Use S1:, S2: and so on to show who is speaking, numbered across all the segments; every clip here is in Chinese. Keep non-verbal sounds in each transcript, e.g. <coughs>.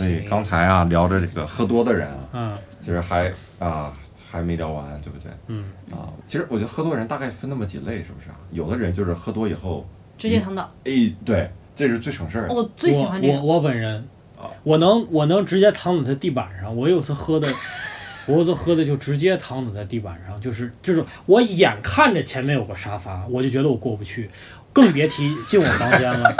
S1: 哎
S2: 刚才啊聊着这个喝多的人啊，
S1: 嗯
S2: 其实还啊还没聊完，对不对？
S1: 嗯，
S2: 啊，其实我觉得喝多人大概分那么几类，是不是啊？有的人就是喝多以后，
S3: 直接躺倒。
S2: 哎，对，这是最省事儿的。
S1: 哦
S3: 我最喜欢这
S1: 我
S3: 个，
S1: 我我本人
S2: 啊，
S1: 我能我能直接躺在他地板上。我有次喝
S2: <laughs>
S1: 的，我有次喝的就直接躺在地板上，就是就是我眼看着前面有个沙发，我就觉得我过不去，更别提进我房间
S2: <laughs>
S1: 了。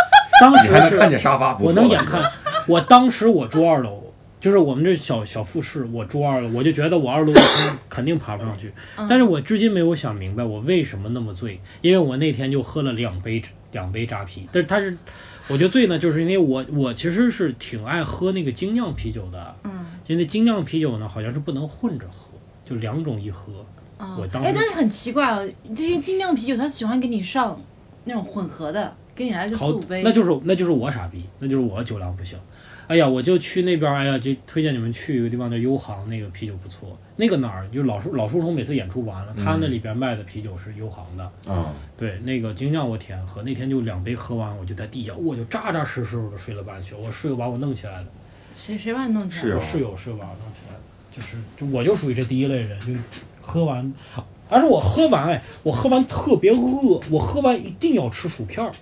S1: 当时
S2: 你还能看
S1: 是
S2: 见沙发，不
S1: 我
S2: 错
S1: 能
S2: 了
S1: 眼看，我当时我住二楼，就是我们这小小复式，我住二楼，我就觉得我二楼 <coughs> 肯定爬不上去。但是我至今没有想明白我为什么那么醉，因为我那天就喝了两杯两杯扎啤，但是它是。我觉得醉呢，就是因为我我其实是挺爱喝那个精酿啤酒的，
S3: 嗯
S1: 因为精酿啤酒呢好像是不能混着喝，就两种一喝。
S3: 啊
S1: 我，当
S3: 哎
S1: 时，
S3: 但是很奇怪啊，这些精酿啤酒他喜欢给你上那种混合的，给你来个
S1: 好
S3: 四五，杯
S1: 那。就是那就是我傻逼，那就是我酒量不行。哎呀，我就去那边，哎呀，就推荐你们去一个地方叫优航，那个啤酒不错。那个哪儿，就老树老树虫每次演出完了，他那里边卖的啤酒是优航的。
S2: 啊，
S1: 对，那个精酿我天喝，那天就两杯喝完，我就在地下，我就扎扎实实的睡了半宿。我室友把我弄起来的，
S3: 谁谁把你弄起
S2: 是
S3: 来？
S2: 哦
S1: 我室友是把我弄起来的，就是就我就属于这第一类人，就是喝完，而且我喝完哎，我喝完特别饿，我喝完一定要吃薯片儿，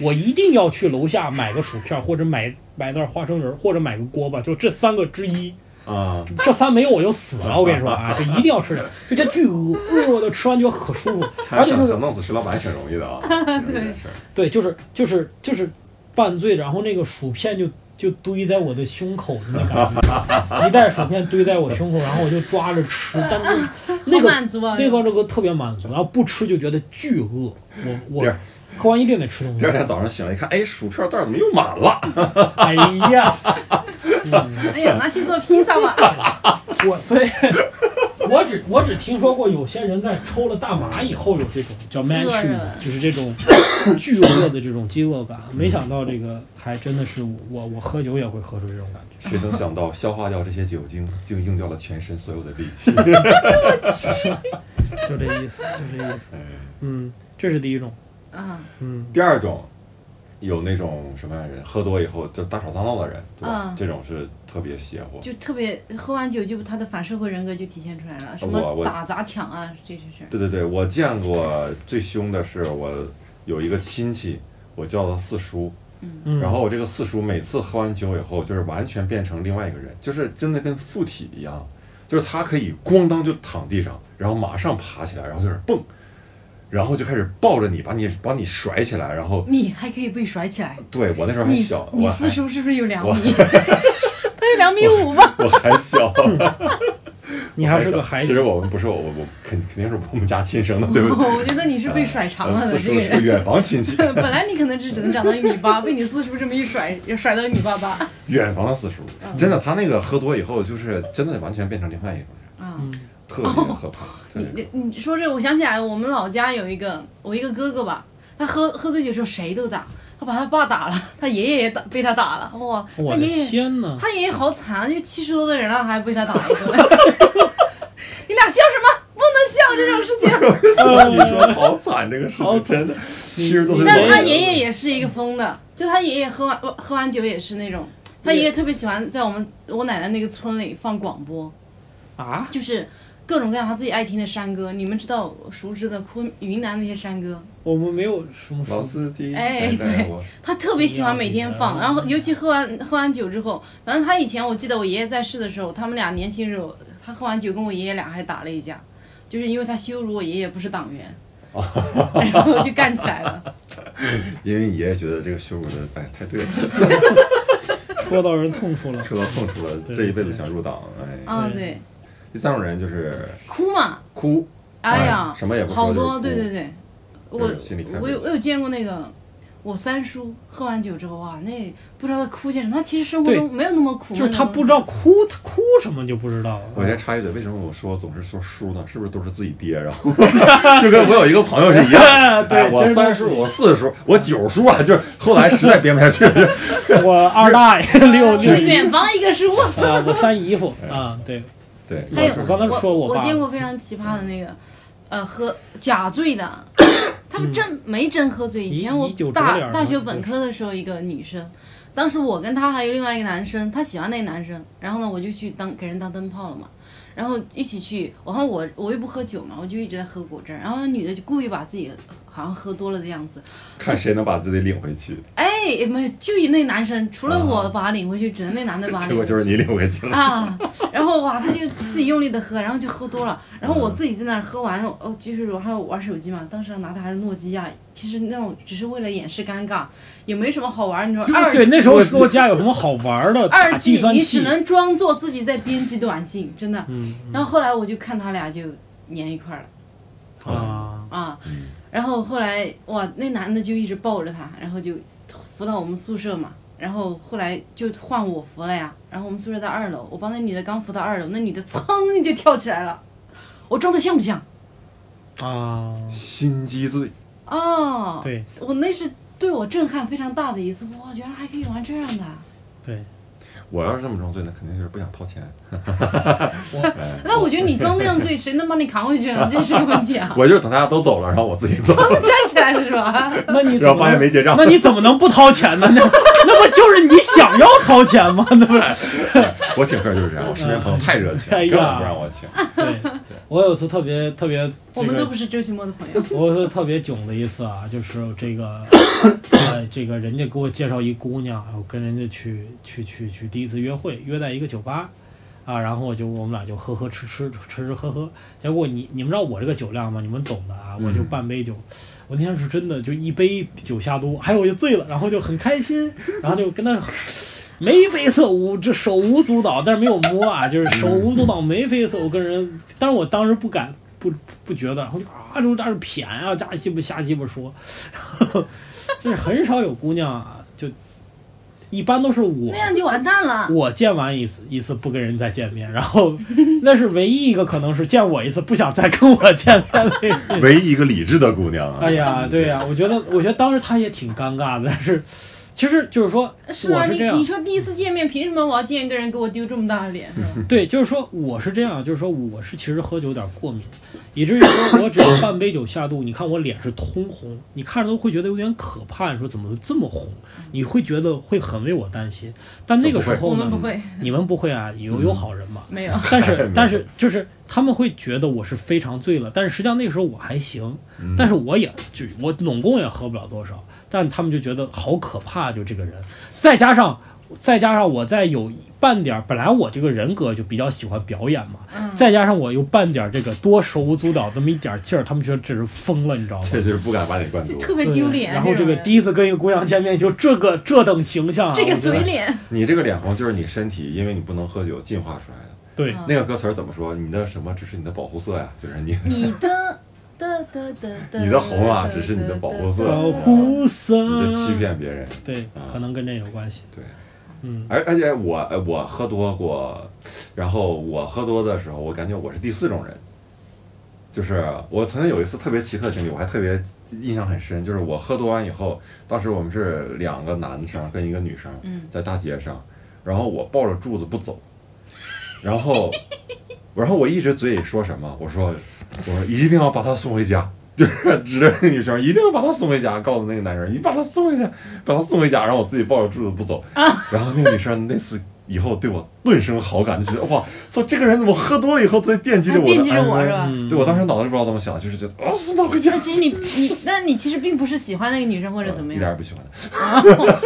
S1: 我一定要去楼下买个薯片儿，或者买买袋花生仁儿，或者买个锅巴，就这三个之一。
S2: 啊，
S1: 这仨没有我就死了，我跟你说啊，就一定要吃的，就这巨饿，饿的吃完觉得可舒服，而
S2: 他
S1: 且
S2: 想
S1: 就是
S2: 想弄死石老板挺容易的
S1: <laughs>
S2: 啊，对这事儿。
S1: 对，就是就是就是半醉，然后那个薯片就就堆在我的胸口的那感觉，一袋薯片堆在我胸口，然后我就抓着吃，但
S3: <laughs>
S1: 是那
S3: 好
S1: 个
S3: 满足啊！
S1: 那个那个特别满足，然后不吃就觉得巨饿，我
S2: 第
S1: 我
S2: 二
S1: 喝完一定得吃东
S2: 第二
S1: 西，
S2: 天早上醒来一看，哎，薯片袋怎么又满了？
S1: <laughs> 哎呀，
S3: 哎
S2: <laughs>
S3: 呀，拿去做披萨吧。
S1: 我所以。我只我只听说过有些人在抽了大麻以后有这种叫 man
S3: 饿
S1: t
S3: 着
S1: 就是这种巨饿的这种饥饿感，没想到这个还真的是我我喝酒也会喝出这种感觉。
S2: 谁能想到，消化掉这些酒精，竟用掉了全身所有的力气。
S1: 就这意思，就这意
S2: 哎
S1: 思。嗯，这是第一种。
S3: 嗯
S1: 嗯，
S2: 第二种，有那种什么样的人，喝多以后就大吵大闹的人，对吧？
S3: 嗯
S2: 这种是特别邪乎。
S3: 就特别喝完酒就他的反社会人格就体现出来了，什
S2: 我
S3: 么
S2: 我
S3: 打砸抢啊，这些事儿。
S2: 对对对，我见过最凶的是我有一个亲戚，我叫他四叔，
S1: 嗯
S2: 然后我这个四叔每次喝完酒以后，就是完全变成另外一个人，就是真的跟附体一样，就是他可以咣当就躺地上，然后马上爬起来，然后就是蹦，然后就开始抱着你，把你把你甩起来，然后
S3: 你还可以被甩起来，
S2: 对我那时候还
S3: 你
S2: 小，
S3: 你
S2: 我
S3: 四
S2: 还
S3: 叔是不是有两
S2: 我
S3: 米？ <laughs> 他有两米五吧？
S2: 我还小，
S1: 你还是个孩
S2: 小啊其实
S1: 子。
S2: 我们不是我我我肯肯定是我们家亲
S3: <laughs>
S2: 生的，对不对？
S3: 我觉得你是被甩长了
S2: 呃
S3: 的
S2: 四
S3: 这
S2: 叔
S3: 个
S2: 是
S3: 人。
S2: 远房亲戚，
S3: <laughs> 本来你可能只只能长到一米八，被你四叔这么一甩，甩到一米八八。
S2: 远房的四叔，真的，他那个喝多以后，就是真的完全变成另外一种人，
S3: 啊，
S2: 特别可
S3: <laughs>
S2: 怕。特
S3: 你
S2: 别可
S3: 你你说这，我想起来，我们老家有一个我一个哥哥吧，他喝喝醉酒之后谁都打，他把他爸打了，他爷爷也打被他打了，哇，
S1: 我
S3: 他
S1: 的
S3: 爷爷
S1: 天哪！
S3: 他爷爷好惨，啊就七十多的人了还被他打
S1: <laughs>
S3: 一顿。你俩笑什么？不能笑这
S1: <laughs>
S3: 种事情。
S2: 怕你说好惨，这个事
S1: 好
S2: 情
S1: <laughs>
S2: 真的，七十多岁
S1: 你
S2: 的
S3: 但
S2: 人，
S3: 他爷爷也是一个疯的，就他爷爷喝完喝完酒也是那种，他爷爷特别喜欢在我们我奶奶那个村里放广播，
S1: 啊，
S3: 就是各种各样他自己爱听的山歌。你们知道熟知的昆云南那些山歌，
S1: 我们没有什么
S2: 老
S1: 说。
S2: 司机，
S3: 哎
S2: 带我，
S3: 他特别喜欢每天放，
S2: 啊
S1: 嗯
S3: 然后尤其喝完喝完酒之后，反正他以前我记得我爷爷在世的时候，他们俩年轻时候，他喝完酒跟我爷爷俩还打了一架，就是因为他羞辱我爷爷不是党
S2: <laughs>
S3: 员，然后就干起来了。
S2: 因为你爷爷觉得这个羞辱的，哎，太对了，
S1: 戳到人痛处了。
S2: 吃到痛处了，
S1: 对
S2: 这一辈子想入党，哎。
S3: 啊，
S1: 对
S3: 对，
S2: 第三种人就是
S3: 哭嘛，
S2: 哭，
S3: 哎呀，
S2: 什么也不说
S3: 好
S2: 就是
S3: 多，
S2: 哭
S3: 对对对，我
S2: 就是心里太
S3: 我
S2: 委
S3: 有
S2: 屈
S3: 我有见过那个我三叔喝完酒之后哇，那不知道他哭些什么，他其实生活
S1: 对
S3: 中没有那么苦闷
S1: 就
S3: 的
S1: 是
S3: 东西，
S1: 他不知道哭，他哭什么就不知道
S2: 我
S1: 了。，
S2: 先插一嘴，为什么我说总是说叔呢？是不是都是自己爹？然后 <laughs> 就跟我有一个朋友是一样的
S1: <laughs> 对
S2: 哎我
S1: 其实都
S2: 三
S1: 是
S2: 叔，我四叔，我九叔啊，就是后来实在编不下去
S1: <laughs>
S2: 了，
S1: 我二
S3: <laughs>
S1: 大爷六
S3: 是
S1: 六
S3: 远房一个叔。
S1: 啊，我三姨夫
S2: 哎
S1: 啊，对
S2: 对，
S3: 还有
S2: 我
S1: 我刚才
S3: 我
S1: 说
S3: 我
S1: 爸， <coughs>
S3: 见过非常奇葩的那个，呃，喝假醉的，他他们
S1: 嗯
S3: 真没真喝醉。以前
S1: 以
S3: 我
S1: 以酒酌点
S3: 大
S1: 儿
S3: 大
S1: 嘛
S3: 学
S1: 就
S3: 本
S1: 是
S3: 科的时候，一个女生，当时我跟她还有另外一个男生，他喜欢那个男生，然后呢，我就去当给人当灯泡了嘛，然后一起去，然后我我又不喝酒嘛，我就一直在喝果汁儿，然后那女的就故意把自己好像喝多了的样子，
S2: 看谁能把自己领回去，
S3: 哎，没就以那男生，除了我
S2: 啊
S3: 把他领回去，只能那男的把
S1: <laughs>
S3: 他
S2: 结
S3: 领回
S2: 果
S3: 去。
S2: 就是你领回去了。
S3: 啊，然后哇，他就自己用力的喝，然后就喝多了，然后我自己在那儿喝完，哦，就是我还有玩手机嘛，当时拿的还是诺基亚，其实那种只是为了掩饰尴尬，也没什么好玩，你说二
S1: 对，那时候
S2: 我
S1: 说家有什么好玩的？
S3: 二
S1: 打计
S3: 季
S1: 算
S3: 你只
S1: 器。
S3: 能装作自己在编辑短信，真的。
S1: 嗯
S3: 然后后来我就看他俩就粘一块儿了。
S1: 啊，
S3: 啊
S2: 嗯，
S3: 然后后来哇，那男的就一直抱着她，然后就扶到我们宿舍嘛，然后后来就换我扶了呀，然后我们宿舍在二楼，我帮那女的刚扶到二楼，那女的噌就跳起来了，我装的像不像？
S2: 嗯
S1: 啊，
S2: 心机罪，
S3: 哦，
S1: 对
S3: 我那是对我震撼非常大的一次，哇，原来还可以玩这样的。啊
S1: 对，
S2: 我要是这么装醉，那肯定就是不想掏钱。 <laughs> 哎
S3: 那我觉得你装那样醉，谁能帮你扛回去呢？这是个问题啊。 <laughs>
S2: 我就是等大家都走了，然后我自己走，
S3: 站起来了是吧？
S1: 那你怎
S2: 然后发
S1: 么
S2: 现没结账
S1: 那。你怎么能不掏钱呢？那那不就是你想要掏钱吗？那不
S2: 哎
S1: 是。
S2: 我请客就是这样，我身边朋友太热情，
S1: 哎
S2: 根
S1: 呀哎
S2: 本不让我请。
S1: 对，我有次特别特别，这
S3: 我们都
S1: 个
S3: 不是周奇墨的朋友。
S1: 我有次特别囧的一次啊，就是这个，呃，这个人家给我介绍一姑娘，我跟人家去去去去第一次约会，约在一个酒吧，啊，然后我就我们俩就喝喝吃吃吃吃喝喝，结果你你们知道我这个酒量吗？你们懂的啊，我就
S2: 嗯
S1: 半杯酒，我那天是真的就一杯酒下肚，哎，我就醉了，然后就很开心，然后就跟他。眉飞色舞，这手舞足蹈，但是没有摸啊，就是手舞足蹈，眉飞色舞跟人，但是我当时不敢，不不觉得，然后就啊，就在这谝啊，瞎鸡巴瞎鸡巴说，然后 <laughs> 就是很少有姑娘啊，就一般都是我
S3: 那样就完蛋了。
S1: 我见完一次一次不跟人再见面，然后那是唯一一个可能是见我一次不想再跟我见面的人。
S2: 唯一一个理智的姑娘啊！
S1: 哎呀，对呀、我觉得我觉得当时她也挺尴尬的，但是其实就是说
S3: 是啊，
S1: 我是
S3: 你
S1: 这样
S3: 你说第一次见面，凭什么我要见一个人给我丢这么大的
S1: <laughs>
S3: 脸？是吧
S1: 对，就是说我是这样，就是说我是其实喝酒有点过敏，以至于说我只要半杯酒下肚，你看我脸是通红，你看着都会觉得有点可怕，你说怎么这么红？你会觉得会很为我担心。但那个时
S3: 我
S1: 候
S3: 们
S1: 呢
S3: 不，会，
S1: 你们不会啊，有有好人嘛。
S3: 没有。
S1: 但
S2: 嗯 <laughs> 没
S1: 是
S2: 有
S1: 但是就是他们会觉得我是非常醉了，但是实际上那个时候我还行，
S2: 嗯
S1: 但是我也就我总共也喝不了多少，但他们就觉得好可怕，就这个人，再加上。再加上我再有半点儿，本来我这个人格就比较喜欢表演嘛，
S3: 嗯
S1: 再加上我有半点儿这个多手舞足蹈这么一点儿劲儿，他们觉得这是疯了，你知道吗？
S2: 这就是不敢把你灌
S3: 就
S2: 醉。
S3: 特别丢脸。
S1: 然后这
S3: 这种
S1: 个
S3: 人
S1: 第一次跟一个姑娘见面就这个这等形象、啊，
S3: 这
S1: 我
S3: 个
S1: 觉得
S3: 嘴
S1: <laughs>
S3: 脸，
S2: 你这个脸红就是你身体，因为你不能喝酒进化出来的。
S1: 对
S3: 嗯
S2: 那个歌词儿怎么说？你的什么只是你的保护色呀？ <laughs> 就是你
S3: 你的的的的的，
S2: 你的红啊只是你的保护
S1: <laughs>
S2: 色
S1: 保
S2: 嗯
S1: 护色，
S2: 你在欺骗别人。
S1: 对，
S2: 啊
S1: 可能跟这有关系。
S2: 对，
S1: 嗯，
S2: 而而且我呃我喝多过，然后我喝多的时候，我感觉我是第四种人，就是我曾经有一次特别奇特的经历，我还特别印象很深，就是我喝多完以后，当时我们是两个男生跟一个女生
S3: 嗯
S2: 在大街上，然后我抱着柱子不走，然后然后我一直嘴里说什么，我说我说一定要把她送回家。就是指着那女生，一定要把她送回家，告诉那个男人，你把她送回家，把她送回家，然后我自己抱着柱子不走，
S3: 啊
S2: 然后那个女生那次以后对我顿生好感，就觉得哇，操，这个人怎么喝多了以后在惦记着我的
S3: 惦记着我
S2: 安危
S3: 是吧
S1: 嗯
S2: 对我当时脑子里不知道怎么想，就是觉得啊，送他回家
S3: 那，其实你你，那你其实并不是喜欢那个女生或者怎么
S2: 一点
S3: 样。
S2: 也不喜欢他。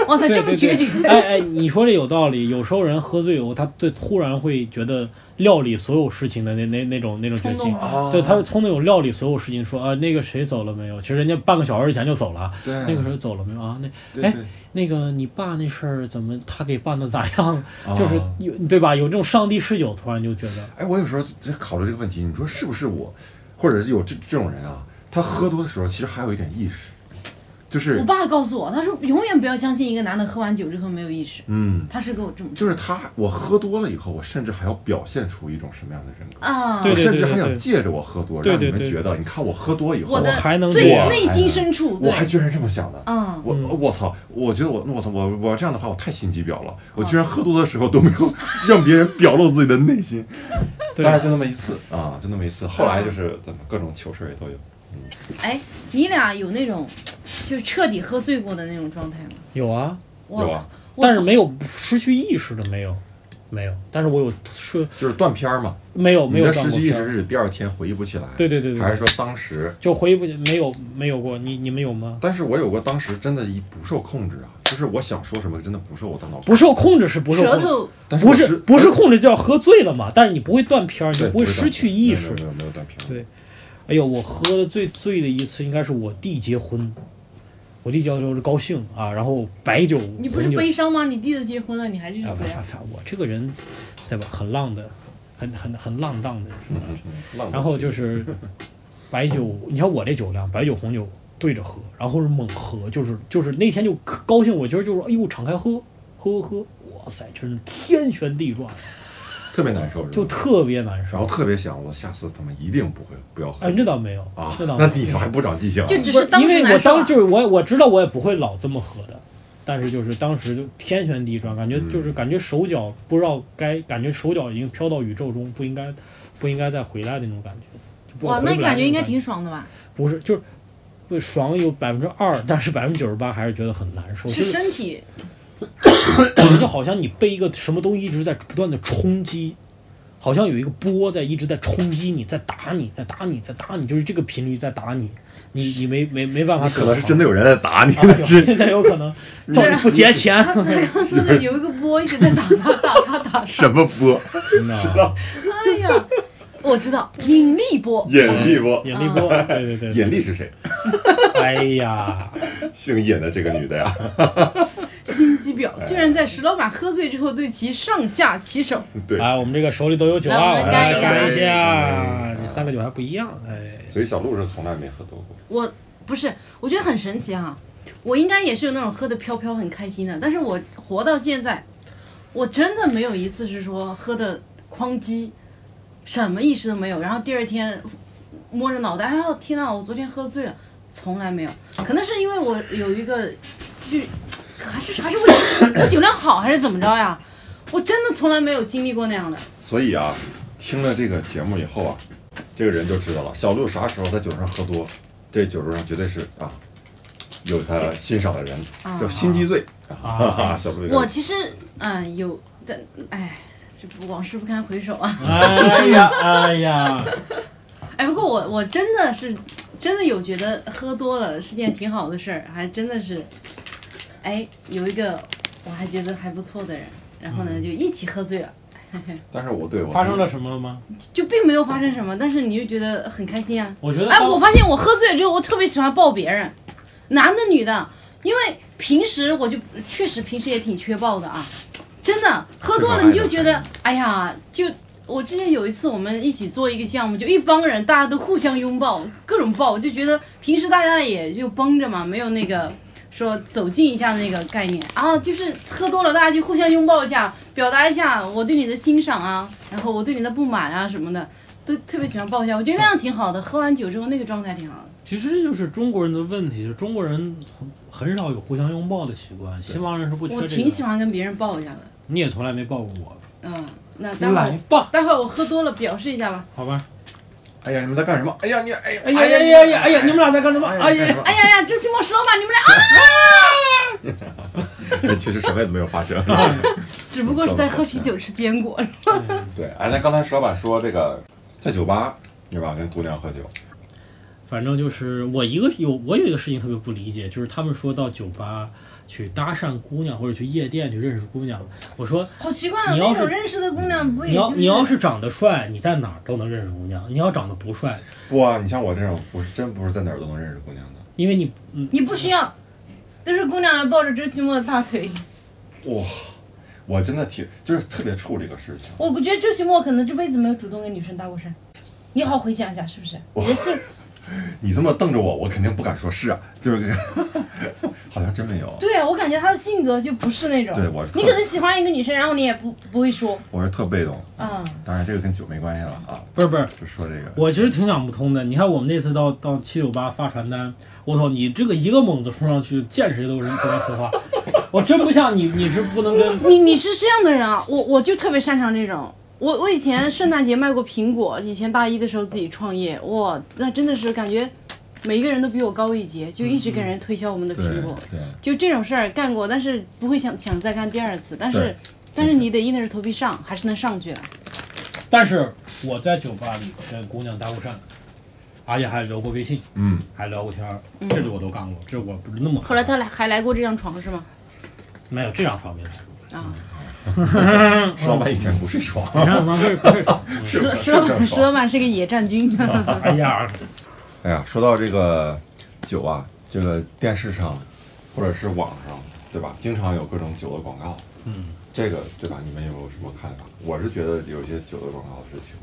S3: 哇塞，
S1: 对
S3: 这么决绝。
S1: <laughs> 对对哎哎，你说这有道理。有时候人喝醉以后，他对突然会觉得料理所有事情的那那那种那种决
S3: 冲
S1: 心
S3: 动。了
S2: 啊
S1: 对，他会冲动有料理所有事情，说啊，那个谁走了没有？其实人家半个小时以前就走了。
S2: 对
S1: 那个谁走了没有啊？那
S2: 对
S1: 哎
S2: 对，
S1: 那个你爸那事儿怎么他给办的咋样？
S2: <laughs> 啊
S1: 就是有对吧？有这种上帝视角，突然就觉得
S2: 哎，我有时候在考虑这个问题，你说是不是我，或者是有这这种人啊，他喝多的时候其实还有一点意识，就是
S3: 我爸告诉我，他说永远不要相信一个男的喝完酒之后没有意识。
S2: 嗯，
S3: 他是跟我这么说
S2: 就是他，我喝多了以后，我甚至还要表现出一种什么样的人格。
S3: 啊。
S1: 对
S2: 我
S1: 对
S2: 甚至还想
S1: 对
S2: 借着我喝多，
S1: 对
S2: 让
S1: 对
S2: 你们
S1: 对
S2: 觉得，你看我喝多以后，
S3: 我的
S1: 我还能
S3: 最
S2: 我
S3: 内心深处，
S2: 我
S3: 对，
S2: 还居然这么想呢。
S3: 嗯，
S2: 我
S1: 嗯
S2: 我操！我觉得我我操我我这样的话我太心机婊了，
S1: 啊
S2: 我居然喝多的时候都没
S1: <laughs>
S2: 有让别人表露自己的内心，<laughs>
S1: 对
S2: 当然就那么一次啊，就那么一次。后来就是各种糗事儿也都有，
S3: 哎，你俩有那种就彻底喝醉过的那种状态吗？
S1: 有啊，
S3: 我
S2: 有
S3: 靠
S2: 啊，
S3: 我
S1: 但是
S3: 操
S1: 没有失去意识的没有，没有，但是我有是
S2: 就是断片儿嘛。
S1: 没有没
S2: 你
S1: 有
S2: 的
S1: 断
S2: 失
S1: 过
S2: 去意
S1: 片
S2: 识
S1: 儿，
S2: 是指第二天回忆不起来，
S1: 对对对对
S2: 还
S1: 对，
S2: 是说当时？
S1: 就回忆不没有没有过，你你们有吗？
S2: 但是我有过当时真的一不受控制啊，就是我想说什么真的不受我大脑控制，
S1: 不受控制是不受控
S3: 舌
S1: 制，
S3: 头
S2: 但是
S1: 不
S2: 我
S1: 是
S2: 知
S1: 不是控制叫喝醉了嘛，但是你不会断片儿，你
S2: 对
S1: 不会失去意
S2: 没
S1: 识
S2: 有没。有没有断片儿，
S1: 对哎呦，我喝的最醉的一次应该是我弟结婚，我弟结婚的时候是高兴啊，然后白酒，
S3: 你不是
S1: 红酒
S3: 悲伤吗？你弟都结婚了，你还认
S1: 啊，
S3: 识
S1: 反
S3: 呀
S1: 反？反我这个人，对吧？很浪的，很很很浪荡的人。
S2: 嗯嗯嗯浪费
S1: 然后就是白酒，你看我这酒量，白酒红酒对着喝，然后是猛喝，就是就是那天就可高兴，我觉得就是哎呦，敞开喝，喝喝喝，哇塞，真是天旋地转，
S2: 特别难受，
S1: 就特别难
S2: 然后
S1: 受。
S2: 特别想我下次他们一定不会不要喝
S1: 哎，这倒没有，
S2: 啊
S1: 这倒，没
S2: 那
S1: 有。
S2: 地上还不长记性啊，
S3: 就只
S1: 不
S3: 是
S1: 是
S3: 当
S1: 因
S3: 时
S1: 为
S3: 难
S1: 我
S3: 受
S1: 当
S3: 啊。
S1: 就是我我知道我也不会老这么喝的，但是就是当时就天旋地转，感觉
S2: 嗯
S1: 就是感觉手脚不知道该，感觉手脚已经飘到宇宙中，不应该不应该再回来的那种感觉。就不
S3: 哇，
S1: 回
S3: 那
S1: 不来
S3: 感
S1: 那
S3: 觉
S1: 种
S3: 应该挺爽的吧？
S1: 不是就是。会爽有百分之二，但是百分之九十八还是觉得很难受，就是是
S3: 身体
S1: 感觉就好像你被一个什么东西一直在不断的冲击，好像有一个波在一直在冲击你，在打你，在打你，在打你，就是这个频率在打你，你你没没没办法
S2: 你
S1: 躲
S2: 可
S1: 藏，
S2: 能是真的有人在打你，
S1: 啊，
S2: 是
S1: 有那有可能，叫你不结钱，
S3: 他 <laughs> 他刚说的有一个波一直在打他打他
S2: <laughs>
S3: 打，
S2: 什么 <laughs> 波？
S3: 哎呀， <laughs> 我知道引力波，
S2: 引力波，
S1: 引力波，
S3: 哦
S1: 对对对，
S2: 引力是谁？
S1: 哎呀，
S2: 姓尹的这个女的 <laughs> 呀，
S3: 心机
S1: 哎
S3: 婊居然在石老板喝醉之后对其上下其手，
S2: 对，
S1: 哎，我们这个手里都有酒
S3: 来
S1: 啊，
S3: 我们
S1: 我们
S3: 干一干
S1: 干一下
S2: 哎，
S1: 这三个酒还不一样，哎，
S2: 所以小鹿是从来没喝多过，
S3: 我不是，我觉得很神奇哈、啊我应该也是有那种喝的飘飘很开心的，但是我活到现在，我真的没有一次是说喝的哐叽，什么意识都没有，然后第二天摸着脑袋，哎呦天呐，我昨天喝醉了，从来没有，可能是因为我有一个，就还是还是我我酒量好还是怎么着呀？我真的从来没有经历过那样的，
S2: 所以啊，听了这个节目以后啊，这个人就知道了，小鹿啥时候在酒上喝多，这酒桌上绝对是啊，有他欣赏的人，
S3: 啊
S2: 叫心机醉 <laughs>
S1: 啊
S2: 啊，小鹿一个
S3: 我其实嗯有，但哎，这不往事不堪回首啊。
S1: 哎呀，哎呀，
S3: 哎，不过我我真的是真的有觉得喝多了是件挺好的事儿，还真的是，哎，有一个我还觉得还不错的人，然后呢就一起喝醉了，
S2: 但是我对我
S1: 发生了什么了吗？
S3: 就并没有发生什么，但是你就觉得很开心啊。
S1: 我觉得
S3: 哎，
S1: 当
S3: 我发现我喝醉了之后，我特别喜欢抱别人，男的女的，因为平时我就确实平时也挺缺抱的啊，真的喝多了你就觉得，哎呀，就我之前有一次我们一起做一个项目，就一帮人大家都互相拥抱，各种抱，我就觉得平时大家也就绷着嘛，没有那个。说走近一下那个概念啊，就是喝多了，大家就互相拥抱一下，表达一下我对你的欣赏啊，然后我对你的不满啊什么的，都特别喜欢抱一下。我觉得那样挺好的，喝完酒之后那个状态挺好的。
S1: 其实这就是中国人的问题，就中国人很很少有互相拥抱的习惯，西方人是不缺
S3: 我
S1: 这
S3: 挺喜
S1: 个，
S3: 欢跟别人抱一下的，
S1: 你也从来没抱过我，
S3: 嗯，那待会
S1: 来
S3: 儿
S1: 吧，
S3: 待会儿我喝多了表示一下吧。
S1: 好吧，
S2: 哎呀，你们在干什么？哎呀，你哎呀
S1: 哎呀呀呀呀，哎呀，你们俩在干什么？哎呀。，
S2: <laughs>
S3: 哎呀呀，周奇墨、石老板，你们俩啊，
S2: 哎，其实什么也没有发生。
S3: 只不过是在喝啤酒吃坚果。
S2: 对，哎，那刚才石老板说这个在酒吧对吧，跟姑娘喝酒，
S1: 反正就是我一个有我有一个事情特别不理解，就是他们说到酒吧去搭讪姑娘或者去夜店去认识姑娘，我说
S3: <laughs> 好奇怪啊，
S1: 你
S3: 那
S1: 要是
S3: 种认识的姑娘不也
S1: 你要
S3: 就
S1: 你要是长得帅，你在哪儿都能认识姑娘；你要长得不帅，
S2: 不啊，你像我这种，我是真不是在哪儿都能认识姑娘的。
S1: 因为你嗯
S3: 你不需要，都是姑娘来抱着周奇墨的大腿。
S2: 哇，我真的挺就是特别怵这个事情。
S3: 我觉得周奇墨可能这辈子没有主动跟女生搭过讪。你好好回想一下，是不是？你的 <laughs> 性
S2: 你这么瞪着我，我肯定不敢说是啊，就是 <laughs> 好像真没有。
S3: 对啊，我感觉他的性格就不是那种。
S2: 对我
S3: 你可能喜欢一个女生，然后你也不不会说，
S2: 我是特被动，
S3: 嗯，
S2: 当然这个跟酒没关系了啊，
S1: 不是不是，
S2: 就说这个。
S1: 我其实挺想不通的。你看我们那次到到七九八发传单，我操，你这个一个猛子冲上去，见谁都是只能说话，我真不像你，你是不能跟
S3: 你你是这样的人啊，我我就特别擅长这种。我我以前圣诞节卖过苹果，以前大一的时候自己创业，哇，那真的是感觉每一个人都比我高一截，就一直跟人推销我们的
S2: 对
S3: 苹果。
S2: 对
S3: 就这种事儿干过，但是不会想想再干第二次。但
S2: 对
S3: 是，但是你得硬着头皮上，还是能上去的。
S1: 但是我在酒吧里跟姑娘搭过讪，而且还聊过微信，
S2: 嗯，
S1: 还聊过天儿，
S3: 嗯
S1: 这是我都干过，这我不是那么。
S3: 后来他来还来过这张床是吗？
S1: 没有这样方面的，
S3: 啊，
S2: 老板以前不睡床，
S1: 这样方面不是不是。
S2: 是
S3: 嗯
S2: 吧
S3: 石石老板，石
S2: 是吧
S3: 老板是个野战军。
S1: 哎呀，
S2: 哎呀，说到这个酒啊，这个电视上或者是网上，对吧？经常有各种酒的广告，
S1: 嗯，
S2: 这个对吧？你们有什么看法？我是觉得有些酒的广告是挺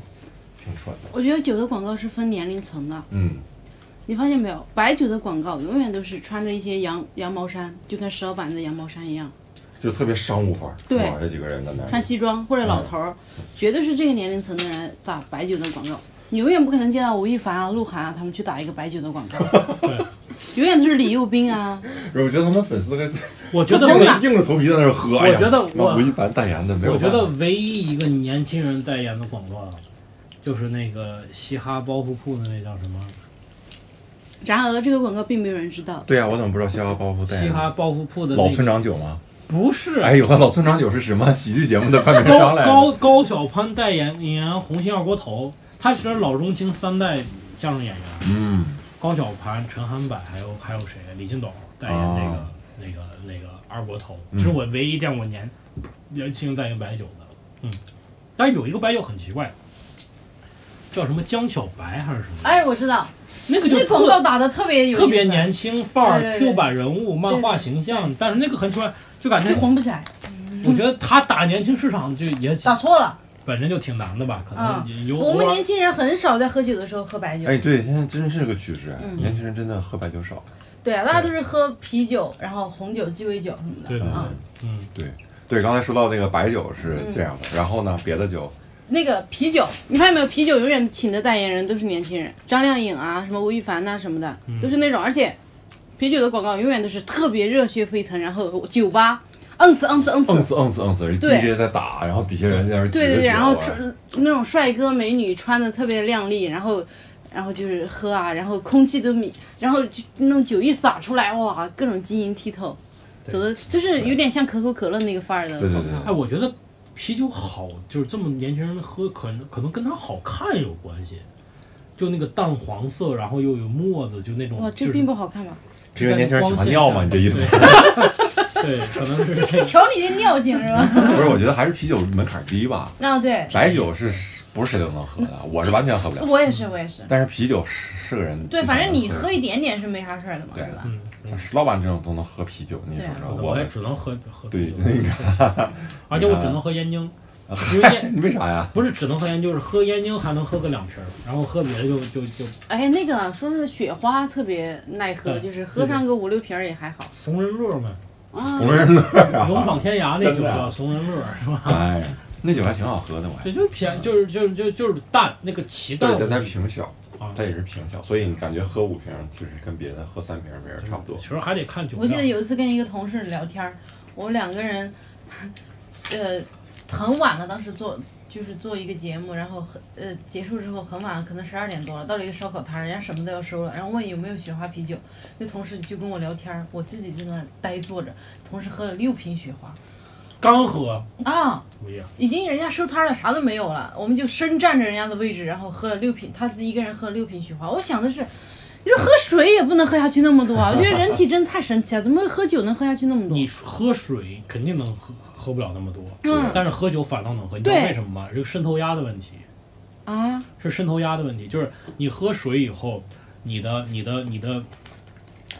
S2: 挺蠢的。
S3: <laughs> 我觉得酒的广告是分年龄层的，
S2: 嗯，
S3: 你发现没有？白酒的广告永远都是穿着一些羊羊毛衫，就跟石老板的羊毛衫一样，
S2: 就特别商务范儿，
S3: 对
S2: 是吧这几个人在那
S3: 穿
S2: 儿，
S3: 西装或者老头儿，绝对是这个年龄层的人打白酒的广告。你永远不可能见到吴亦凡啊、鹿晗啊他们去打一个白酒的广告，
S1: 对，
S3: <laughs> 永远都是李幼斌啊。
S2: 我觉得他们粉丝跟
S1: 我
S2: <laughs>
S1: 觉得
S3: 真
S1: 唯
S3: 的
S2: 硬着头皮在那儿喝。哎
S1: 我觉得我
S2: 那吴亦凡代言的没有
S1: 我
S2: 办法。
S1: 觉得唯一一个年轻人代言的广告啊，就是那个嘻哈包袱铺的那叫什么？
S3: 然而这个广告并没有人知道，
S2: 对呀、啊我怎么不知道嘻哈包袱代
S1: 嘻
S2: 言？
S1: 哈包袱铺的
S2: 老
S1: 那
S2: 村
S1: 个
S2: 长酒吗？
S1: 不是
S2: 哎，有个老村长酒是什么喜剧节目的冠名商
S1: 高
S2: 来
S1: 高
S2: 着？
S1: 高晓攀代言演红星二锅头，他是老中青三代相声演员，
S2: 嗯，
S1: 高晓攀、陈涵柏还有还有谁？李金斗代言这个、
S2: 哦
S1: 那个那个二锅头，
S2: 嗯
S1: 这是我唯一见过年年轻代言白酒的。嗯，但是有一个白酒很奇怪，叫什么江小白还是什么？
S3: 哎，我知道，
S1: 那个就
S3: 那广
S1: 特
S3: 告打的特别有意思
S1: 特别年轻范儿
S3: 对对对
S1: Q 版人物、漫画形象，但是那个很奇怪，就感觉
S3: 就嗯红不起来，
S1: 我觉得他打年轻市场就也
S3: <laughs> 打错了。
S1: 本身就挺难的吧，可
S3: 啊
S1: 能也有
S3: 我
S1: 偶
S3: 们
S1: 尔
S3: 年轻人很少在喝酒的时候喝白酒，
S2: 哎，对，现在真是个趋势，哎
S3: 嗯
S2: 年轻人真的喝白酒少。
S3: 对啊，大家都是喝啤酒，然后红酒、鸡尾酒什么的。
S1: 对对对
S3: 啊，，
S1: 嗯，
S2: 对对，刚才说到那个白酒是
S3: 嗯
S2: 这样的，然后呢，别的酒，
S3: 那个啤酒，你发现没有？啤酒永远请的代言人都是年轻人，张靓颖啊，什么吴亦凡呐、什么的，都是那种，而且啤酒的广告永远都是特别热血沸腾，然后酒吧，嗯呲嗯呲嗯
S2: 嗯
S3: 呲，
S2: 呲嗯呲嗯呲
S3: 对
S2: ，DJ 在打，然后底下人在那儿举
S3: 对
S2: 着
S3: 对
S2: 酒
S3: 对，然后
S2: 啊
S3: 穿那种帅哥美女穿的特别靓丽，然后。然后就是喝啊，然后空气都米，然后就那种酒一洒出来，哇，各种晶莹剔透，
S1: 对
S3: 走的就是有点像可口可乐那个范儿的
S2: 对对
S3: 广
S2: 对
S3: 告。
S1: 哎，我觉得啤酒好，就是这么年轻人喝，可能可能跟他好看有关系，就那个淡黄色，然后又有沫子，就那种，
S3: 哇，
S1: 就
S3: 这
S1: 是
S3: 并不好看吧？
S2: 这个年轻人喜欢尿吗？你这意
S3: <laughs>
S2: 思？？
S1: 对，可能是这个。
S3: 瞧你这尿性是吧？ <laughs>
S2: 不是，我觉得还是啤酒门槛低吧，
S3: 那对，
S2: 白酒是不是谁都能喝的，我是完全喝不了，
S3: 我也是，我也是。
S2: 但是啤酒是是个人
S3: 对，反正你
S2: 能
S3: 喝一点点是没啥事儿的嘛，
S2: 对
S3: 对吧？
S1: 嗯，嗯
S2: 老板这种都能喝啤酒，你说
S3: 对啊
S2: 说
S1: 我
S2: 啊我
S1: 也只能喝喝
S2: 对 <laughs>
S1: 啤酒，
S2: 那
S1: 而且我只能喝
S2: <laughs>
S1: 燕京，因为燕
S2: 你为啥呀？
S1: 不是只能喝燕京，就是喝燕京还能喝个两瓶儿，然后喝别的就就就
S3: 哎，那个说是雪花特别耐喝，
S1: 对嗯
S3: 就是喝上个五六瓶儿也还好。
S1: 怂人
S2: <laughs>
S1: 乐嘛，
S3: 啊，
S2: 同人乐啊，
S1: 勇闯天涯那
S2: 真
S1: 酒
S2: 的
S1: 叫怂人乐是吧？
S2: 哎，那酒还挺好喝的，我还
S1: <laughs> 对，就是便，就是就是就是就是淡，那个奇淡
S2: 对，
S1: 无
S2: 但它
S1: 比
S2: 瓶小，
S1: 啊，
S2: 它也是瓶小，所以你感觉喝五瓶其实跟别的喝三瓶没人差不多
S1: 其。实还得看酒量。
S3: 我记得有一次跟一个同事聊天儿，我们两个人，呃，很晚了，当时做就是做一个节目，然后很呃结束之后很晚了，可能十二点多了，到了一个烧烤摊儿，人家什么都要收了，然后问有没有雪花啤酒，那同事就跟我聊天儿，我自己在那呆坐着，同事喝了六瓶雪花
S1: 刚喝，
S3: 啊。
S1: 不一样。
S3: 已经人家收摊儿了，啥都没有了，我们就深占着人家的位置，然后喝了六瓶，他一个人喝了六瓶雪花。我想的是，你说喝水也不能喝下去那么多啊！我觉得人体真的太神奇了，怎么会喝酒能喝下去那么多？
S1: 你喝水肯定能喝，喝不了那么多，
S3: 嗯
S1: 但是喝酒反倒能喝。你知道
S3: 对
S1: 为什么吗？这个渗透压的问题
S3: 啊，
S1: 是渗透压的问题，就是你喝水以后，你的你的你的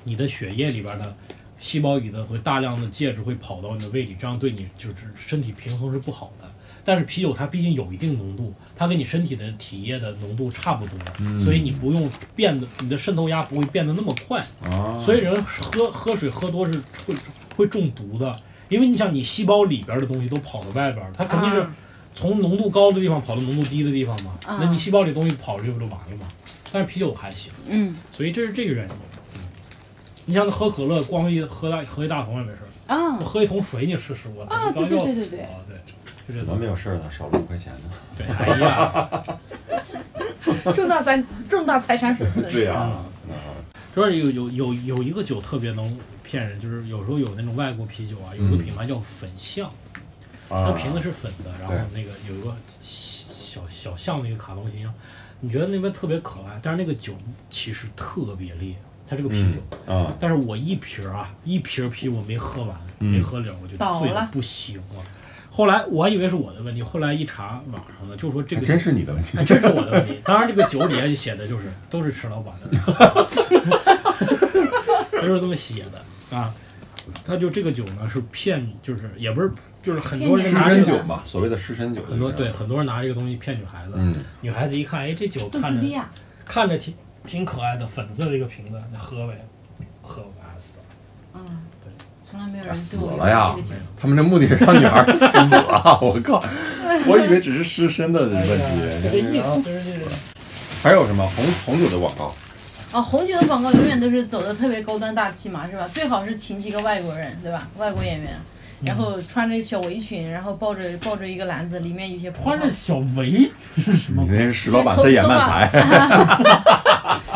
S1: 你的血液里边的细胞里的会大量的介质会跑到你的胃里，这样对你就是身体平衡是不好的。但是啤酒它毕竟有一定浓度，它跟你身体的体液的浓度差不多，
S2: 嗯
S1: 所以你不用变得你的渗透压不会变得那么快。
S2: 啊，
S1: 所以人喝喝水喝多是会会中毒的，因为你想你细胞里边的东西都跑到外边儿，它肯定是
S3: 啊
S1: 从浓度高的地方跑到浓度低的地方嘛。
S3: 啊
S1: 那你细胞里东西跑出去不就完了嘛？但是啤酒还行，
S3: 嗯
S1: 所以这是这个原因。嗯你像喝可乐，光一喝大喝一大桶也没事儿，
S3: 啊
S1: <laughs> 我，喝一桶水你试试，我操，
S3: 啊
S1: 你
S3: 对对
S1: 刚要
S3: 对对
S1: 死了，对，就这
S2: 怎
S1: 东
S2: 么
S1: 西
S2: 没有事儿呢？少了五块钱呢？
S1: 对，哎呀，
S3: 重大财重大财产损失。
S2: 呀
S1: 啊，
S2: 嗯
S1: 就是有有有有一个酒特别能骗人，就是有时候有那种外国啤酒啊，有一个品牌叫粉象，它
S2: 啊，
S1: 瓶子是粉的，然后那个有一个小小像那个卡通形象，你觉得那边特别可爱，但是那个酒其实特别烈，它是个啤酒，
S2: 嗯啊，
S1: 但是我一瓶儿啊，一瓶儿啤酒我没喝完，
S2: 嗯
S1: 没喝了，我就
S3: 倒
S1: 醉
S3: 了
S1: 不行了。后来我还以为是我的问题，后来一查网上的就说这
S2: 还
S1: 个
S2: 真是你的问题
S1: 还真是我的问题。当然，这个酒底下就写的就是都是池老板的， <laughs> 都是这么写的啊。他就这个酒呢是骗你，就是也不是，就是很多人
S2: 湿
S1: 拿
S3: 骗
S2: 身
S1: 这
S3: 你
S1: 个
S2: 酒嘛，所谓的湿身酒，
S1: 很多对，很多人拿这个东西骗女孩子，
S2: 嗯，
S1: 女孩子一看，哎，这酒
S3: 杜
S1: 看
S3: 斯
S1: 着
S3: 地亚，
S1: 看着挺挺可爱的，粉色的一个瓶子，那喝呗，喝完死了。
S3: 嗯，从来没有人
S2: 死
S3: 对我
S2: 了呀
S3: 这个酒
S2: 他们这目的是让女孩儿死啊！ <laughs> 我靠，我以为只是湿身的问
S1: 哎呀这
S2: 题，
S1: 个意思就是这个。
S2: 还有什么红红酒的广告？
S3: 啊，红酒的广告永远都是走的特别高端大气嘛，是吧？最好是请几个外国人，对吧？外国演员，然后穿着小围裙，然后抱着抱着一个篮子，里面有些葡萄
S1: 穿着小围是什么
S2: 你？那是石老板在演漫
S3: <laughs>
S2: 才，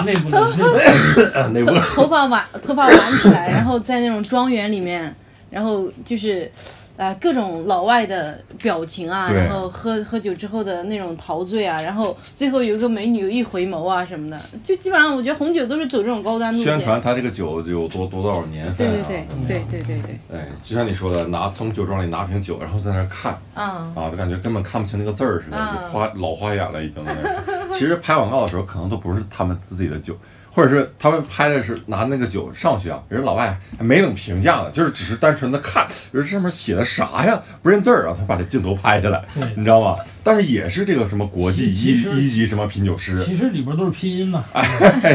S1: 那不能，那不能
S2: 那
S3: 头
S2: 不
S3: 头发挽头发挽起来，然后在那种庄园里面，然后就是，呃，各种老外的表情啊，
S2: 对
S3: 然后喝喝酒之后的那种陶醉啊，然后最后有一个美女一回眸啊什么的，就基本上我觉得红酒都是走这种高端路线。
S2: 宣传他这个酒有多多多少年份
S3: 对
S2: 啊？
S3: 对对
S1: 嗯
S3: 对对对对，
S2: 哎，就像你说的，拿从酒庄里拿瓶酒，然后在那儿看
S3: 嗯，
S2: 啊，就感觉根本看不清那个字儿似的，
S3: 啊
S2: 就花老花眼了已经在那儿。其实拍广告的时候，可能都不是他们自己的酒，或者是他们拍的是拿那个酒上去啊，人家老外还没等评价呢，就是只是单纯的看，就是上面写的啥呀，不认字儿啊，他把这镜头拍下来，
S1: 对
S2: 你知道吗？但是也是这个什么国际
S1: 其
S2: 一
S1: 实
S2: 一级什么品酒师，
S1: 其实里边都是拼音呐。
S2: 哎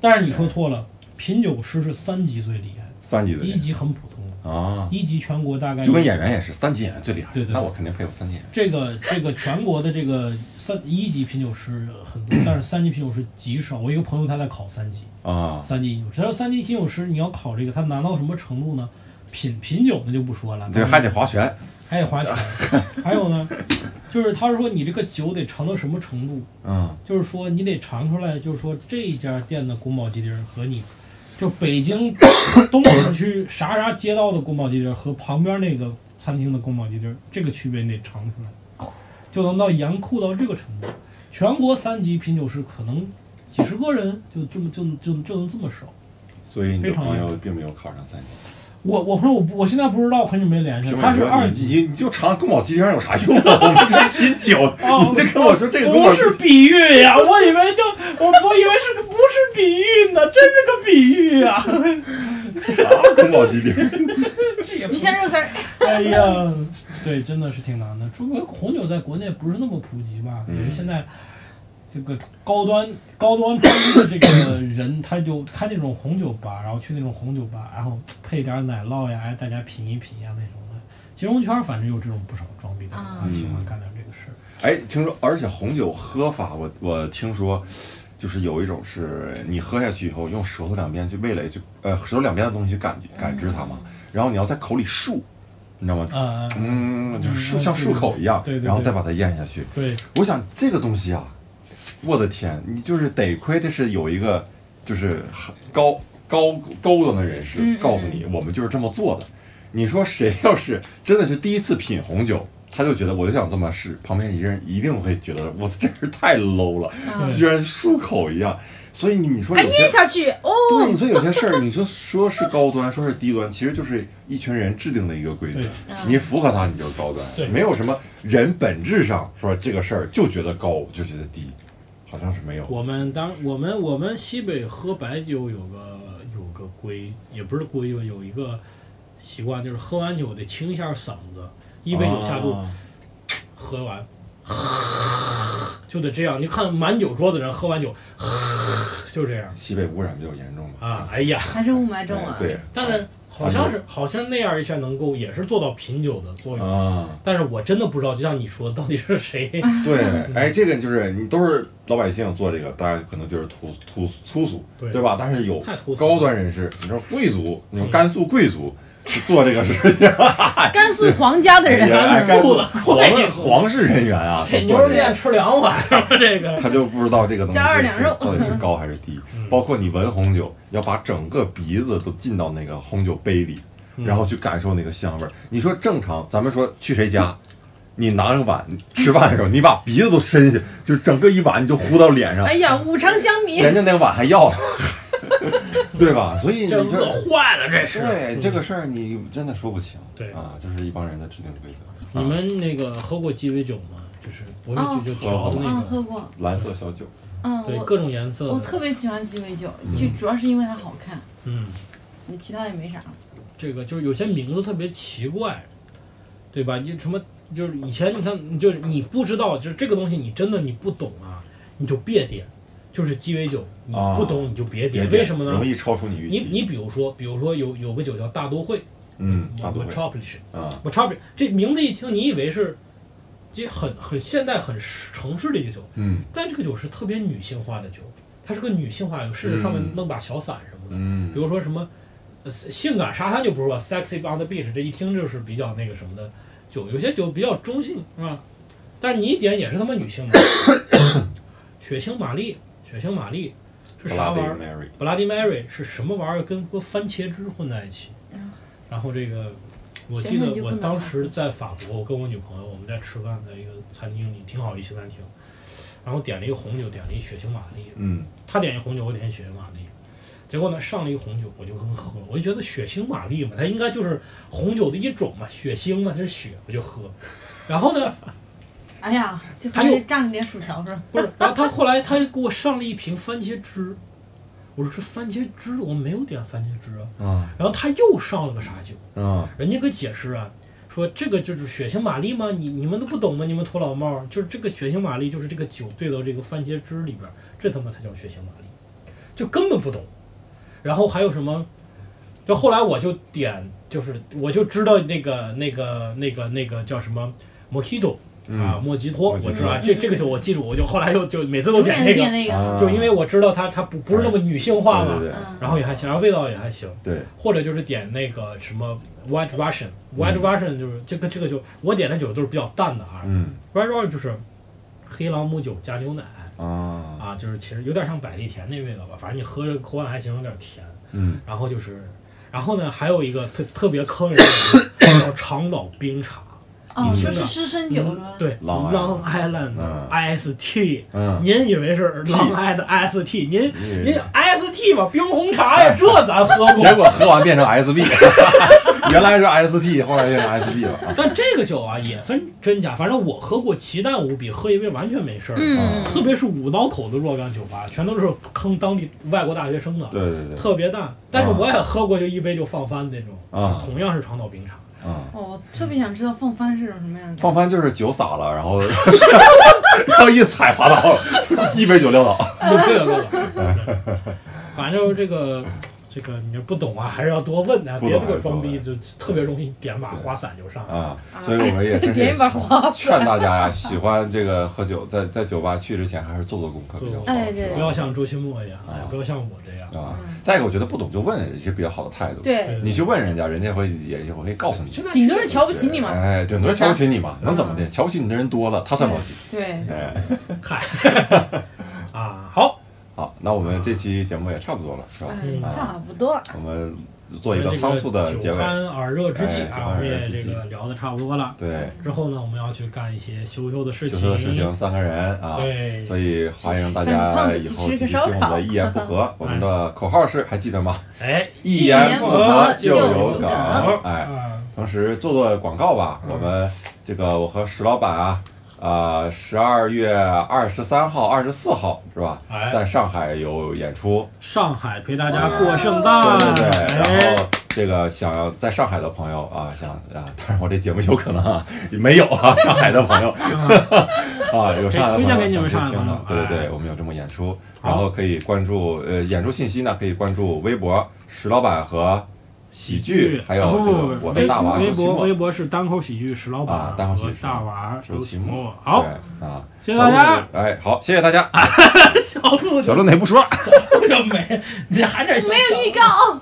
S1: 但是你说错了，品酒师是三级最厉害，
S2: 三级的
S1: 一
S2: 人
S1: 级很普通，
S2: 啊，
S1: 一级全国大概
S2: 就跟演员也是，三级演员最厉害，
S1: 对对
S2: 那我肯定佩服三级演员。
S1: 这个这个全国的这个三一级品酒师很多，但是三级品酒师极少。我一个朋友他在考三级，
S2: 啊，
S1: 三级品酒师，他说三级品酒师你要考这个，他难到什么程度呢？品品酒那就不说了，
S2: 对，还得划拳，
S1: 还得划
S2: <laughs>
S1: 拳，还有呢，就是他是说你这个酒得尝到什么程度，
S2: 嗯，
S1: 就是说你得尝出来，就是说这家店的宫保鸡丁儿和你，就北京 <coughs> 东城区啥啥街道的宫保鸡丁儿和旁边那个餐厅的宫保鸡丁儿，这个区别你得尝出来，就能到严酷到这个程度。全国三级品酒师可能几十个人就这么就就就能这么少。
S2: 所以你的
S1: 非常
S2: 朋友并没有考上三级。
S1: 我我朋友我不我现在不知道，很久没联系
S2: 评委
S1: 了。他是
S2: 说
S1: 二
S2: 你
S1: 级，
S2: 你你就尝宫保鸡丁有啥用啊？我们这是品酒，
S1: 哦
S2: 你这跟我说这个宫保
S1: 不
S2: 鸡
S1: 是比喻呀，我以为就我我以为是个不是比喻呢，真是个比喻呀。
S2: 啥宫保鸡丁？
S1: 这也不 <laughs>
S3: 鱼香肉丝儿，
S1: 哎呀，对，真的是挺难的。中国红酒在国内不是那么普及吧？
S2: 嗯
S1: 也是现在这个高端高端专一的这个人，他就开那种红酒吧，然后去那种红酒吧，然后配点奶酪呀，哎大家品一品呀那种的。金融圈反正有这种不少装逼的人啊，
S3: 嗯
S1: 喜欢干点这个事儿。
S2: 哎，听说，而且红酒喝法，我我听说，就是有一种是你喝下去以后，用舌头两边去味蕾去，呃，舌头两边的东西去感感知它嘛，
S1: 嗯
S2: 然后你要在口里漱，你知道吗？
S1: 啊、
S2: 嗯，就是漱
S1: 嗯
S2: 像漱口一样
S1: 对对，对
S2: 然后再把它咽下去。
S1: 对，
S2: 我想这个东西啊，我的天，你就是得亏的是有一个就是高高高端的人士
S3: 嗯
S2: 告诉你，我们就是这么做的。你说谁要是真的是第一次品红酒，他就觉得我就想这么试，旁边一人一定会觉得我真是太 low 了，
S3: 嗯
S2: 居然漱口一样。所以你说
S3: 还
S2: 有些
S3: 咽下去哦。
S2: 对，你说有些事儿，你说说是高端，说是低端，其实就是一群人制定的一个规则嗯
S1: 对，
S2: 你符合它，你就是高端
S1: 对，
S2: 没有什么人本质上说这个事儿就觉得高，就觉得低，好像是没有。
S1: 我们当我们我们西北喝白酒有个有个规，也不是规吧，有一个习惯就是喝完酒得清一下嗓子，一杯酒下肚，
S2: 啊
S1: 喝完， <laughs> 就得这样。你看满酒桌子人喝完酒， <laughs> 就这样
S2: 西北污染比较严重嘛？
S1: 啊！哎呀，
S3: 还是雾霾重啊！
S2: 哎，对
S1: 但是好像是好像那样一下能够也是做到品酒的作用，
S2: 啊啊，
S1: 但是我真的不知道，就像你说，到底是谁？ <laughs>
S2: 对，
S1: 嗯
S2: 哎，这个就是你都是老百姓做这个，大家可能就是粗粗粗俗，
S1: 对
S2: 对吧？但是有
S1: 太粗俗了嗯
S2: 高端人士，你说贵族，你说甘肃贵族，做这个事情，
S3: 甘肃皇家的
S2: 哎
S3: 人，
S1: 甘肃
S2: <laughs>
S1: 了快
S2: 皇皇室人员
S3: <laughs>
S2: 啊，他
S1: 这牛
S2: 做
S1: 肉
S2: 这
S1: 面
S2: 个，
S1: 吃两碗， <laughs> 这个
S2: 他就不知道这个东西
S3: 加二两
S2: 是
S3: 肉
S2: 到底是高还是 <laughs> 低。包括你闻红酒，要把整个鼻子都浸到那个红酒杯里，然后去感受那个香味儿。你说正常，咱们说去谁家，你拿个碗吃饭的时候，你把鼻子都伸下，就整个一碗你就糊到脸上
S3: 哎，呀，五常香米，
S2: 人家那个碗还要了， <laughs> 对吧？所以你
S1: 这
S2: 就
S1: 饿坏了，这是。
S2: 对这个事儿，你真的说不清。
S1: 对
S2: 啊，就是一帮人的制定规则。
S1: 你
S2: 啊
S1: 们那个喝过鸡尾酒吗？就是不是就就
S2: 哦
S1: 调的
S3: 嗯，
S1: 那种，
S3: 喝过，
S2: 蓝色小酒，
S3: 嗯，
S1: 对
S3: 我
S1: 各种颜色
S3: 我
S1: 的，
S3: 特别喜欢鸡尾酒，就主要是因为它好看，
S1: 嗯，
S3: 你其他也没啥。
S1: 这个就是有些名字特别奇怪，对吧？就什么就是以前你看，就是你不知道，就是这个东西你真的你不懂啊，你就别点，就是鸡尾酒，你不懂你就别点，为什么呢
S2: 哦容？易超出你预
S1: 你
S2: 期。
S1: 你比如说，比如说有有个酒叫大都会，
S2: 嗯，大都会
S1: Metropolis，
S2: 啊，
S1: 我差不多，这名字一听，你以为是这很很现代、很城市的一个酒，
S2: 嗯
S1: 但这个酒是特别女性化的酒，它是个女性化的酒，甚至上面弄把小伞什么的，
S2: 嗯，
S1: 比如说什么呃性感沙滩就不说吧，sexy on the beach，这一听就是比较那个什么的酒，有些酒比较中性是吧？但是你一点也是他妈女性嘛， <coughs> 血腥玛丽，血腥玛丽是啥玩意
S2: Bloody
S1: 儿？
S2: Mary，
S1: Bloody Mary 是什么玩意儿？跟和番茄汁混在一起。然后这个，我记
S3: 想想就
S1: 得
S3: 不
S1: 我
S3: 能
S1: 当
S3: 了
S1: 时在法国，我跟我女朋友我们在吃饭，在一个餐厅里挺好一西餐厅，然后点了一个红酒，点了一血腥玛丽。
S2: 嗯
S1: 她点一红酒，我点一血腥玛丽。结果呢，上了一个红酒，我就跟喝，我就觉得血腥玛丽嘛，它应该就是红酒的一种嘛，血腥嘛，它是血，我就喝。然后呢，
S3: 哎呀，就
S1: 还
S3: 还
S1: 有
S3: 得蘸着点薯条是吧？
S1: 不是，然后他后来他给我上了一瓶番茄汁，我说是番茄汁，我没有点番茄汁啊。
S2: 啊
S1: 然后他又上了个啥酒？
S2: 啊，
S1: 人家给解释啊，说这个就是血腥玛丽吗？你你们都不懂吗？你们土老帽儿，就是这个血腥玛丽，就是这个酒兑到这个番茄汁里边儿，这他妈才叫血腥玛丽，就根本不懂。然后还有什么？就后来我就点，就是我就知道那个那个那个那个叫什么 Mojito 啊，
S2: 嗯
S1: 莫吉托，
S2: 莫吉
S1: 我
S2: 托
S1: 知道这这个酒我记住，我就后来又就每次都点
S3: 永
S1: 这
S3: 远点
S1: 个，
S3: 那个，
S2: 啊
S1: 就因为我知道它它不不是那么女性化嘛，
S2: 对对
S3: 嗯，
S1: 然后也还行，然后味道也还行。
S2: 对对，
S1: 或者就是点那个什么 White Russian，White Russian 就是这个这个酒，我点的酒都是比较淡的啊。
S2: 嗯
S1: White Russian 就是黑朗姆酒加牛奶
S2: 啊，
S1: 啊，就是其实有点像百利甜那味道吧，反正你喝着口感还行，有点甜。
S2: 嗯
S1: 然后就是，然后呢，还有一个特特别坑人的叫长岛冰茶，
S3: 哦，
S2: 嗯
S3: 说是湿身酒是吧？，
S1: 嗯对
S2: Long
S1: ，Long Island
S2: 嗯
S1: IST。
S2: 嗯，
S1: 您以为是 Long Island IST？您
S2: 你以为
S1: 您 IST 吧，冰红茶呀，这咱喝过。
S2: 结果喝完变成 SB，原来是 ST，后来变成 SB 了啊，
S1: <laughs> 但这个酒啊也分真假，反正我喝过奇淡无比，喝一杯完全没事儿。啊
S3: 嗯，
S1: 特别是五道口的若干酒吧，全都是坑当地外国大学生的，
S2: 对对对，
S1: 特别淡。但是我也喝过，就一杯就放翻那种，
S2: 啊
S1: 同样是长岛冰
S3: <laughs>
S1: 茶。
S2: 啊，
S3: 哦，我特别想知道放翻是种什么样的。
S2: 放翻就是酒洒了，然后 <laughs> 然后一踩滑倒了，一杯酒撂倒，
S1: 对了对了，反正这个这个你不懂啊，还是要多问啊，
S2: 不
S1: 别
S2: 懂哎
S1: 这个
S2: 还是多
S1: 装逼
S2: 问
S1: 就特别容易点把花伞就上来。
S2: 啊，所以我们也真是
S3: 点一把花
S2: 劝大家呀，喜欢这个喝酒，在在酒吧去之前还是做做功课比较好，
S3: 哎对
S2: 是吧
S1: 不要像周清墨一样，哎
S2: 啊，
S1: 不要像我这样。
S2: 啊。再一个，我觉得不懂就问也是比较好的态度。，
S3: 对，
S2: 你去问人家，人家会也也会告诉你。
S1: 现在
S3: 顶多是瞧不起你嘛。嗯
S2: 哎，对，多瞧不起你嘛，能怎么的？瞧不起你的人多了，他算老几？
S3: 对，
S2: 哎，
S1: 嗨啊，好，
S2: 好，那我们这期节目也差不多了，是吧？
S1: 嗯
S3: 哎，差不多了。
S2: 我们做一个仓促的结
S1: 酒
S2: 尾。
S1: 酣耳热之际啊，我
S2: 哎酒酣
S1: 们
S2: 耳热
S1: 也
S2: 之际
S1: 这个聊的差不多了。
S2: 对，
S1: 之后呢，我们要去干一些羞羞的事
S2: 就
S1: 情。
S2: 是事情三个人啊，
S1: 对，
S2: 所以欢迎大家以后继续听我们的一言不
S1: <laughs>
S2: 合。我们的口号是，还记得吗？
S1: 哎，
S2: 一
S3: 言
S2: 不
S1: 不合
S2: 就
S1: 就
S2: 有
S1: 有
S2: 梗
S1: 梗。
S2: 哎，
S1: 啊，
S2: 同时做做广告吧。
S1: 嗯
S2: 我们这个我和石老板啊，啊，十二月二十三号、二十四号是吧
S1: 哎？
S2: 在上海有演出，
S1: 上海陪大家过圣诞，
S2: 对对对。
S1: 哎
S2: 然后这个想要在上海的朋友啊， <laughs> 想啊，当然我这节目有可能啊没有
S1: <laughs>
S2: 啊，上海的朋友 <laughs> 啊，有上海的朋
S1: 哎推荐给
S2: 友
S1: 你
S2: 想
S1: 们上海
S2: 去听
S1: 朋友
S2: 的，对对
S1: 哎
S2: 对，我们有这么演出，
S1: 好
S2: 然后可以关注呃演出信息呢，可以关注微博石老板和喜剧，还有
S1: 然
S2: 这
S1: 后
S2: 个我的大娃
S1: 哦微
S2: 周奇
S1: 博
S2: 墨
S1: 微博是单口喜剧石老
S2: 啊
S1: 板
S2: 单口喜
S1: 和
S2: 剧石老板
S1: 大娃周
S2: 周
S1: 奇
S2: 奇墨
S1: 墨。好，
S2: 对啊，
S1: 谢谢大家。
S2: 哎，好，谢谢大家。
S1: <laughs> 小鹿
S2: 小鹿哪不说了？
S1: 就没，你还得
S3: 没有预告。